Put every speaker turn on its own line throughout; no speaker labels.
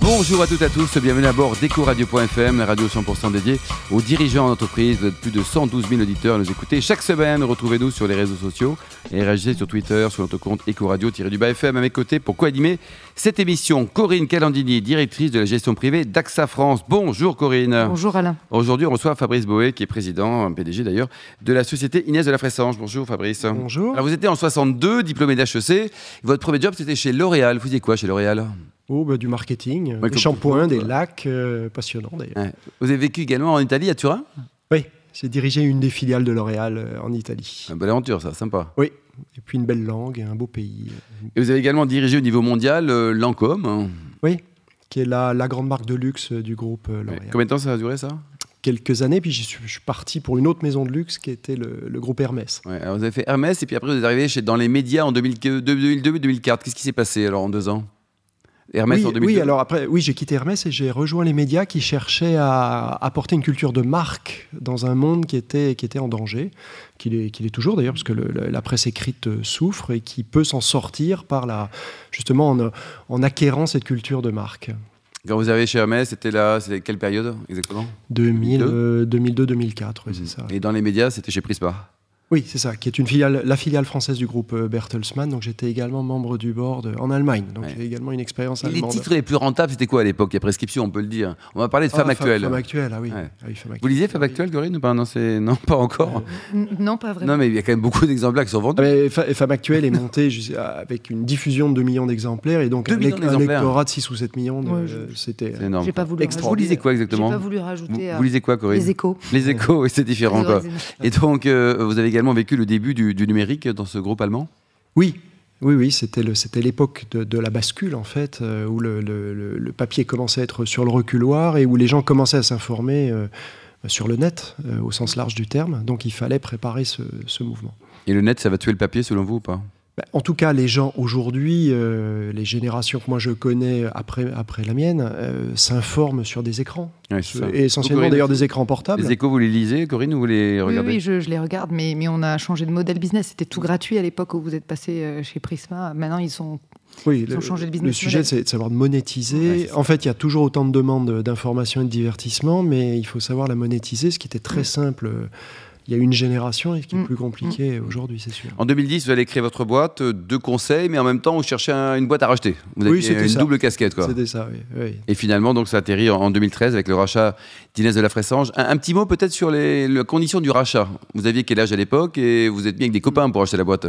Bonjour à toutes et à tous, bienvenue à bord d'EcoRadio.fm, la radio 100% dédiée aux dirigeants d'entreprise. Vous êtes plus de 112 000 auditeurs à nous écouter chaque semaine. Retrouvez-nous sur les réseaux sociaux et réagissez sur Twitter, sur notre compte Ecoradio-FM à mes côtés pour co-animer cette émission. Corinne Calandini, directrice de la gestion privée d'AXA France. Bonjour Corinne.
Bonjour Alain.
Aujourd'hui, on reçoit Fabrice Boé, qui est président, PDG d'ailleurs, de la société Inès de la Fressange. Bonjour Fabrice.
Bonjour.
Alors vous étiez en 62, diplômé d'HEC. Votre premier job, c'était chez L'Oréal. Vous faisiez quoi chez L'Oréal
Oh, bah, du marketing, euh,
Ouais,
des
comme-
shampoings, des
ouais.
lacs, euh, passionnant d'ailleurs.
Ouais. Vous avez vécu également en Italie, à Turin
Oui, j'ai dirigé une des filiales de L'Oréal euh, en Italie.
Une belle aventure, ça, sympa.
Oui, et puis une belle langue, un beau pays.
Et vous avez également dirigé au niveau mondial euh, Lancôme. hein.
Oui, qui est la, la grande marque de luxe euh, du groupe euh,
Ouais.
L'Oréal.
Combien de temps ça a duré ça
Quelques années, puis j'y suis- je suis parti pour une autre maison de luxe qui était le, le groupe Hermès.
Ouais, alors Vous avez fait Hermès et puis après vous êtes arrivé chez, dans les médias en 2002-2004. Qu'est-ce qui s'est passé alors en deux ans Hermès
oui,
en 2002
oui, alors après, oui, j'ai quitté Hermès et j'ai rejoint les médias qui cherchaient à apporter une culture de marque dans un monde qui était, qui était en danger, qui l'est qui l'est toujours d'ailleurs, parce que le- le- la presse écrite euh, souffre et qui peut s'en sortir par la, justement en, euh, en acquérant cette culture de marque.
Quand vous arrivez chez Hermès, c'était là, c'était quelle période exactement
2000,
2002.
euh, 2002-2004, oui, c'est ça.
Et dans les médias, c'était chez Prisma.
Oui, c'est ça, qui est une filiale, la filiale française du groupe euh, Bertelsmann. Donc j'étais également membre du board euh, en Allemagne, donc
Ouais.
j'ai également une expérience
Et les
allemande.
titres les plus rentables, c'était quoi à l'époque Il y a prescription, on peut le dire. On va parler de
Ah,
Femme
Femme-
Actuelle.
Femme actuelle, ah oui.
Ouais.
Ah oui, Femme
Vous
Actuelle.
lisez Femme Actuelle, Corinne ou pas non, c'est- non, pas encore.
N- non, pas vraiment.
non, mais il y a quand même beaucoup d'exemplaires qui sont vendus.
Euh, Ah, mais Fa- Femme Actuelle est montée jus- avec une diffusion de 2 millions d'exemplaires et donc
Deux
un,
millions
lec- un
d'exemplaires.
lectorat de 6 ou 7 millions. de-
Ouais, je-
euh, C'était.
C'est énorme.
J'ai pas voulu.
Vous lisez quoi exactement
J'ai pas voulu
vous,
rajouter. euh,
vous lisez quoi, Corinne
les échos.
Les échos, oui, c'est différent.
Les
Quoi.
origines.
Et donc, euh, vous avez également vécu le début du, du numérique dans ce groupe allemand
Oui. Oui, oui, c'était le- c'était l'époque de, de la bascule, en fait, euh, où le, le- le- le papier commençait à être sur le reculoir et où les gens commençaient à s'informer euh, sur le net, euh, au sens large du terme. Donc il fallait préparer ce- ce mouvement.
Et le net, ça va tuer le papier selon vous ou pas
Bah, En tout cas, les gens aujourd'hui, euh, les générations que moi je connais après, après la mienne, euh, s'informent sur des écrans.
Ouais, c'est ça.
Et
Vous,
essentiellement
Corinne,
d'ailleurs des écrans portables.
Les échos, vous les lisez, Corinne, ou vous les
Oui,
regardez
oui, je, je les regarde, mais, mais on a changé de modèle business. C'était tout gratuit à l'époque où vous êtes passé euh, chez Prisma. Maintenant, ils sont.
Oui,
Ils ont changé de business
le sujet,
model.
c'est de savoir
Ouais,
monétiser.
c'est ça.
en fait, il y a toujours autant de demandes d'informations et de divertissements, mais il faut savoir la monétiser, ce qui était très simple euh, il y a une génération et ce qui est
Mm.
plus compliqué aujourd'hui, c'est sûr.
En 2010, vous allez créer votre boîte, euh, deux conseils, mais en même temps, vous cherchez un- une boîte à racheter. Vous avez
Oui, c'était
une
ça.
double casquette, quoi.
C'était ça, oui. oui.
Et finalement, donc, ça atterrit en, en 2013 avec le rachat d'Inès de la Fressange. Un, un petit mot peut-être sur les, les conditions du rachat. Vous aviez quel âge à l'époque et vous êtes mis avec des copains pour acheter la boîte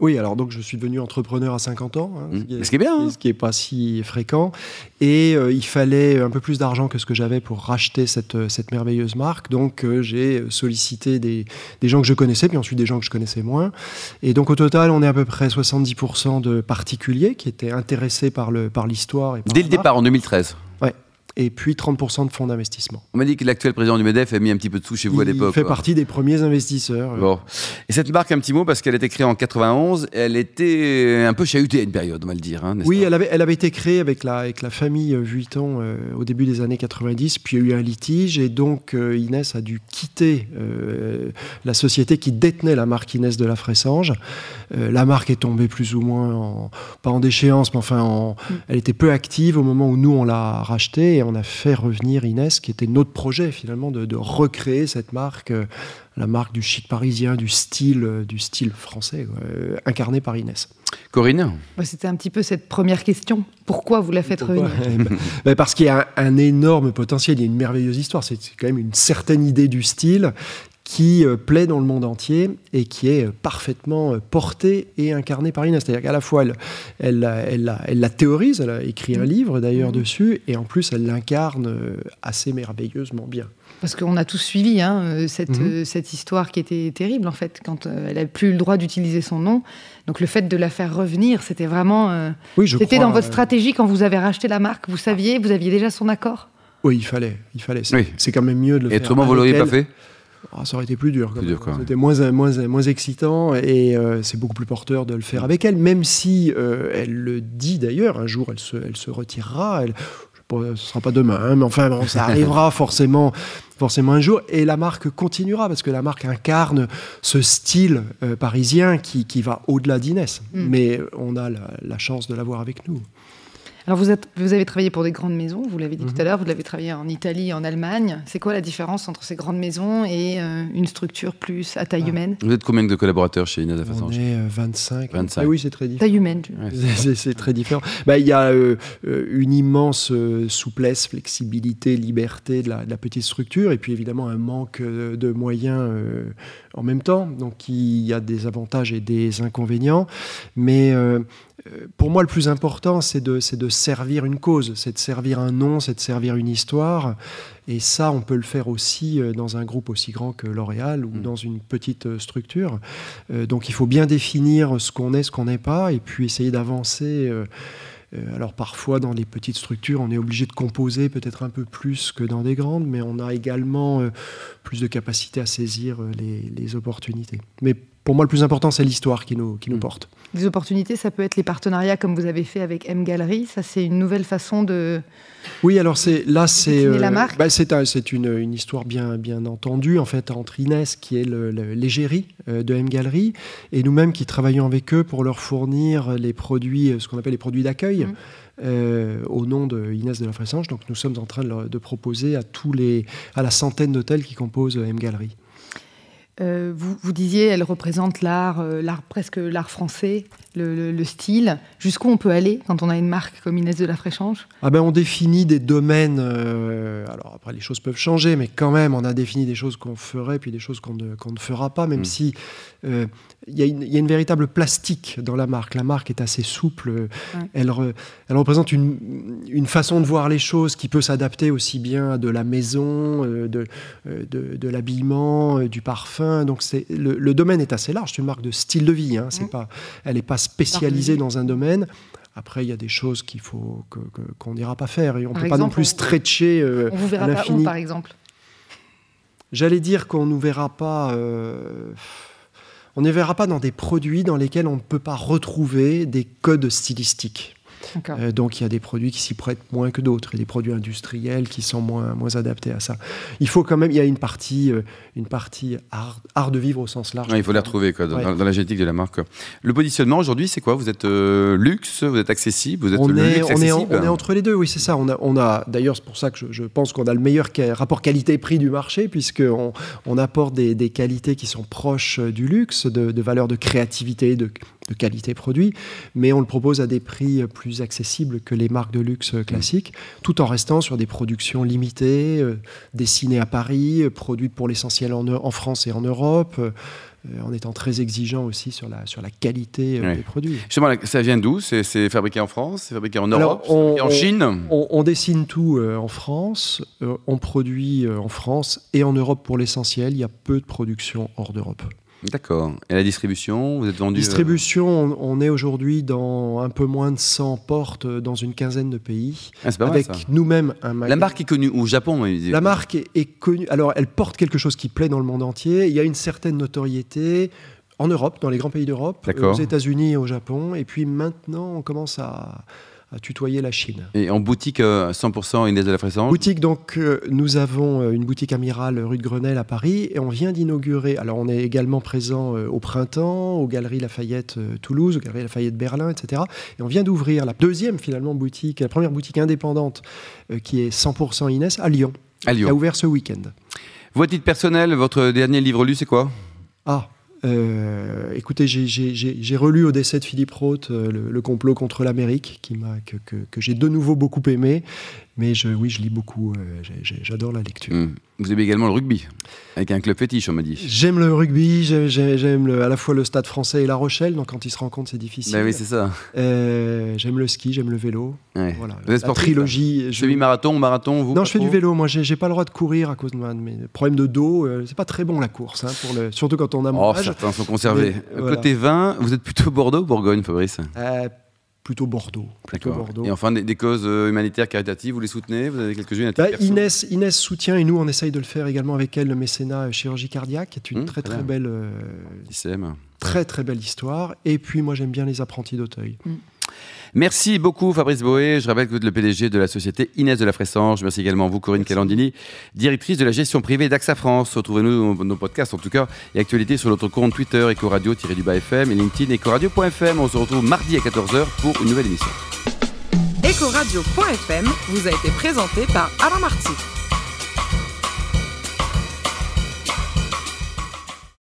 Oui, alors donc je suis devenu entrepreneur à 50 ans, hein,
Hmm. Ce qui est bien, hein.
ce qui est pas si fréquent. Et euh, il fallait un peu plus d'argent que ce que j'avais pour racheter cette, euh, cette merveilleuse marque. Donc euh, j'ai sollicité des, des gens que je connaissais, puis ensuite des gens que je connaissais moins. Et donc au total, on est à peu près 70% de particuliers qui étaient intéressés par le- par l'histoire. et par
Dès
la
le
marque.
départ, en 2013.
Et puis 30% de fonds d'investissement.
On m'a dit que l'actuel président du MEDEF a mis un petit peu de sous chez vous à
Il
l'époque.
fait
quoi.
partie des premiers investisseurs. euh,
Bon. Et cette marque, un petit mot, parce qu'elle a été créée en 91, elle était un peu chahutée à une période, on va le dire. hein, n'est-ce
Oui,
pas
elle avait, elle avait été créée avec la, avec la famille euh, Vuitton euh, au début des années 90, puis il y a eu un litige, et donc euh, Inès a dû quitter euh, la société qui détenait la marque Inès de la Fressange. Euh, la marque est tombée plus ou moins, en, pas en déchéance, mais enfin, en- elle était peu active au moment où nous, on l'a rachetée, et on a fait revenir Inès, qui était notre projet finalement, de, de recréer cette marque. euh, la marque du chic parisien, du style, euh, du style français, euh, incarné par Inès.
Corinne
Bah, C'était un petit peu cette première question. Pourquoi vous la faites
Pourquoi
revenir
Eh ben, ben Parce qu'il y a un, un énorme potentiel, il y a une merveilleuse histoire, c'est c'est quand même une certaine idée du style qui euh, plaît dans le monde entier et qui est euh, parfaitement euh, portée et incarnée par Inès. C'est-à-dire qu'à la fois, elle, elle, la- elle, la- elle la théorise, elle a écrit
Mm.
un livre d'ailleurs dessus, et en plus, elle l'incarne euh, assez merveilleusement bien.
Parce qu'on a tous suivi hein, euh, cette,
Mhm.
euh, cette histoire qui était terrible, en fait, quand euh, elle n'a plus eu le droit d'utiliser son nom. Donc le fait de la faire revenir, c'était vraiment. euh,
Oui, je
c'était
crois,
dans votre
euh,
stratégie quand vous avez racheté la marque. Vous saviez, vous aviez déjà son accord
Oui, il fallait. Il fallait. C'est
Oui.
c'est quand même mieux de le
Et
faire.
autrement, vous
avec
l'auriez pas
elle.
fait
Ah, ça aurait été plus dur. quand
Plus
même.
dur, quoi, ouais.
C'était moins, moins, moins excitant et euh, c'est beaucoup plus porteur de le faire avec elle, même si euh, elle le dit d'ailleurs, un jour elle se, elle se retirera. Elle, je bon, ce sera pas demain, hein, mais enfin, bon, ça arrivera forcément forcément un jour. Et la marque continuera, parce que la marque incarne ce style euh, parisien qui, qui va au-delà d'Inès.
Mm.
Mais on a la, la chance de l'avoir avec nous.
Alors, vous, êtes- vous avez travaillé pour des grandes maisons, vous l'avez dit
Mhm.
tout à l'heure, vous l'avez travaillé en Italie, en Allemagne. C'est quoi la différence entre ces grandes maisons et euh, une structure plus à taille
Ah.
humaine
Vous êtes combien de collaborateurs chez Inès
on
Afasange
est euh, 25.
25.
Ah oui, c'est très différent.
Taille humaine. je-
Ouais,
C'est- C'est c'est très différent. Bah, il y a euh, euh, une immense euh, souplesse, flexibilité, liberté de la, de la petite structure, et puis évidemment un manque euh, de moyens euh, en même temps. Donc il y a des avantages et des inconvénients. Mais euh, euh, pour moi, le plus important, c'est de, c'est de servir une cause, c'est de servir un nom, c'est de servir une histoire. Et ça, on peut le faire aussi euh, dans un groupe aussi grand que L'Oréal ou
Mm.
dans une petite euh, structure. Euh, donc il faut bien définir ce qu'on est, ce qu'on n'est pas, et puis essayer d'avancer. euh, euh, alors parfois dans les petites structures, on est obligé de composer peut-être un peu plus que dans des grandes, mais on a également euh, plus de capacité à saisir euh, les, les opportunités. Mais pour moi, le plus important, c'est l'histoire qui nous, qui nous
Mm.
porte.
Des opportunités, ça peut être les partenariats comme vous avez fait avec M Gallery. Ça, c'est une nouvelle façon de.
Oui, alors c'est là, c'est
Définir la marque.
bah, c'est un- c'est une, une histoire bien bien entendue en fait entre Inès qui est le- le- l'égérie euh, de M Gallery et nous-mêmes qui travaillons avec eux pour leur fournir les produits, euh, ce qu'on appelle les produits d'accueil.
Mhm.
euh, au nom de Inès de la Fressange. Donc nous sommes en train de, leur- de proposer à tous les à la centaine d'hôtels qui composent euh, M Gallery.
Euh, vous, vous disiez, elle représente l'art, euh, l'art presque l'art français, le, le- le style. Jusqu'où on peut aller quand on a une marque comme Inès de la Fréchange
Ah ben on définit des domaines. euh, alors après les choses peuvent changer, mais quand même on a défini des choses qu'on ferait puis des choses qu'on ne, qu'on ne fera pas, même
Mm.
si euh, il y, a une- il y a une véritable plastique dans la marque. La marque est assez souple. euh,
Ouais.
Elle, re- elle représente une, une façon de voir les choses qui peut s'adapter aussi bien à de la maison, euh, de, euh, de, de l'habillement, euh, du parfum. Donc c'est le, le domaine est assez large. C'est une marque de style de vie. hein. C'est
Mm.
pas, elle n'est pas spécialisée
vie.
dans un domaine. Après, il y a des choses qu'il faut que- que- qu'on n'ira pas faire et on ne
Par
peut pas non
exemple,
plus
on-
stretcher. euh,
On vous verra
à
pas où,
l'infini.
par exemple.
J'allais dire qu'on ne verra pas. euh, on ne verra pas dans des produits dans lesquels on ne peut pas retrouver des codes stylistiques.
D'accord.
Euh, donc il y a des produits qui s'y prêtent moins que d'autres et des produits industriels qui sont moins, moins adaptés à ça. Il faut quand même, il y a une partie, euh, une partie art, art de vivre au sens large.
Ouais, il faut les retrouver quoi, dans,
Ouais.
dans- dans la génétique de la marque. quoi. Le positionnement aujourd'hui, c'est quoi Vous êtes euh, luxe, vous êtes accessible, vous êtes
on
le
est,
luxe
on, est en-
accessible
on est entre les deux, oui, c'est ça. On a, on a d'ailleurs, c'est pour ça que je, je pense qu'on a le meilleur ca- rapport qualité-prix du marché, puisqu'on on apporte des, des qualités qui sont proches euh, du luxe, de, de valeur de créativité, de, de qualité produit, mais on le propose à des prix euh, plus accessibles que les marques de luxe euh, classiques, tout en restant sur des productions limitées, euh, dessinées à Paris, euh, produites pour l'essentiel en, Eu- en France et en Europe. euh, euh, en étant très exigeant aussi sur la, sur la qualité euh,
Ouais.
des produits.
Justement, la- ça vient d'où C'est c'est fabriqué en France C'est fabriqué en Europe
Alors, on-
Et en
on-
Chine
On, on dessine tout euh, en France, euh, on produit euh, en France et en Europe pour l'essentiel. Il y a peu de production hors d'Europe.
D'accord. Et la distribution Vous êtes vendu euh,
Distribution, on, on est aujourd'hui dans un peu moins de 100 portes euh, dans une quinzaine de pays,
Ah, c'est pas mal,
avec
ça.
nous-mêmes un
La
magasin.
marque est connue au Japon. ils-
La marque est, est connue. Alors, elle porte quelque chose qui plaît dans le monde entier. Il y a une certaine notoriété en Europe, dans les grands pays d'Europe, euh,
D'accord.
aux États-Unis et au Japon. Et puis maintenant, on commence à- à tutoyer la Chine.
Et en boutique euh, 100% Inès de la Fressange
Boutique, donc, euh, nous avons euh, une boutique Amiral euh, rue de Grenelle à Paris et on vient d'inaugurer. Alors, on est également présent euh, au printemps, aux Galeries Lafayette euh, Toulouse, aux Galeries Lafayette Berlin, etc. Et on vient d'ouvrir la deuxième, finalement, boutique, la première boutique indépendante euh, qui est 100% Inès à Lyon,
à
qui a
Lyon.
ouvert ce week-end.
Votre titre personnel, votre dernier livre lu, c'est quoi
Ah, euh, écoutez, j'ai- j'ai j'ai- j'ai relu au décès de Philippe Roth euh, le, le complot contre l'Amérique, qui m'a que, que, que j'ai de nouveau beaucoup aimé. Mais je, oui, je lis beaucoup, euh, j'ai- j'ai- j'adore la lecture.
Hum. Vous aimez également le rugby, avec un club fétiche, on m'a dit.
J'aime le rugby, j'ai- j'ai- j'aime le- à la fois le stade français et La Rochelle, donc quand ils se rencontrent, c'est difficile.
Bah oui, c'est ça.
Euh, j'aime le ski, j'aime le vélo.
Ouais.
Voilà.
Vous êtes
La
sportif
trilogie. je-
Semi-marathon, marathon, vous
Non,
pas
je fais
trop
du vélo. Moi, j'ai j'ai pas le droit de courir à cause de ma- de mes problèmes de dos. euh, c'est pas très bon la course, hein, pour le... surtout quand on a mon
Oh,
âge.
certains sont conservés.
Mais, voilà.
Côté vin, vous êtes plutôt Bordeaux ou Bourgogne, Fabrice
Euh, plutôt Bordeaux. Plutôt
D'accord.
Bordeaux.
Et enfin, des, des causes euh, humanitaires, caritatives, vous les soutenez Vous avez quelques-unes à titre
Bah,
perso
Inès, Inès soutient et nous on essaye de le faire également avec elle le mécénat euh, chirurgie cardiaque qui est une
Mmh,
très
très
très
bien.
belle euh,
ICM.
très très belle histoire et puis moi j'aime bien les apprentis d'Auteuil
Merci beaucoup Fabrice Boé. Je rappelle que vous êtes le PDG de la société Inès de la Fressange. Merci également à vous Corinne Calandini, directrice de la gestion privée d'AXA France. Retrouvez-nous dans nos podcasts en tout cas et actualités sur notre compte Twitter Ecoradio-du-bas FM et LinkedIn Ecoradio.fm. On se retrouve mardi à 14h pour une nouvelle émission.
Ecoradio.fm vous a été présenté par Alain Marty.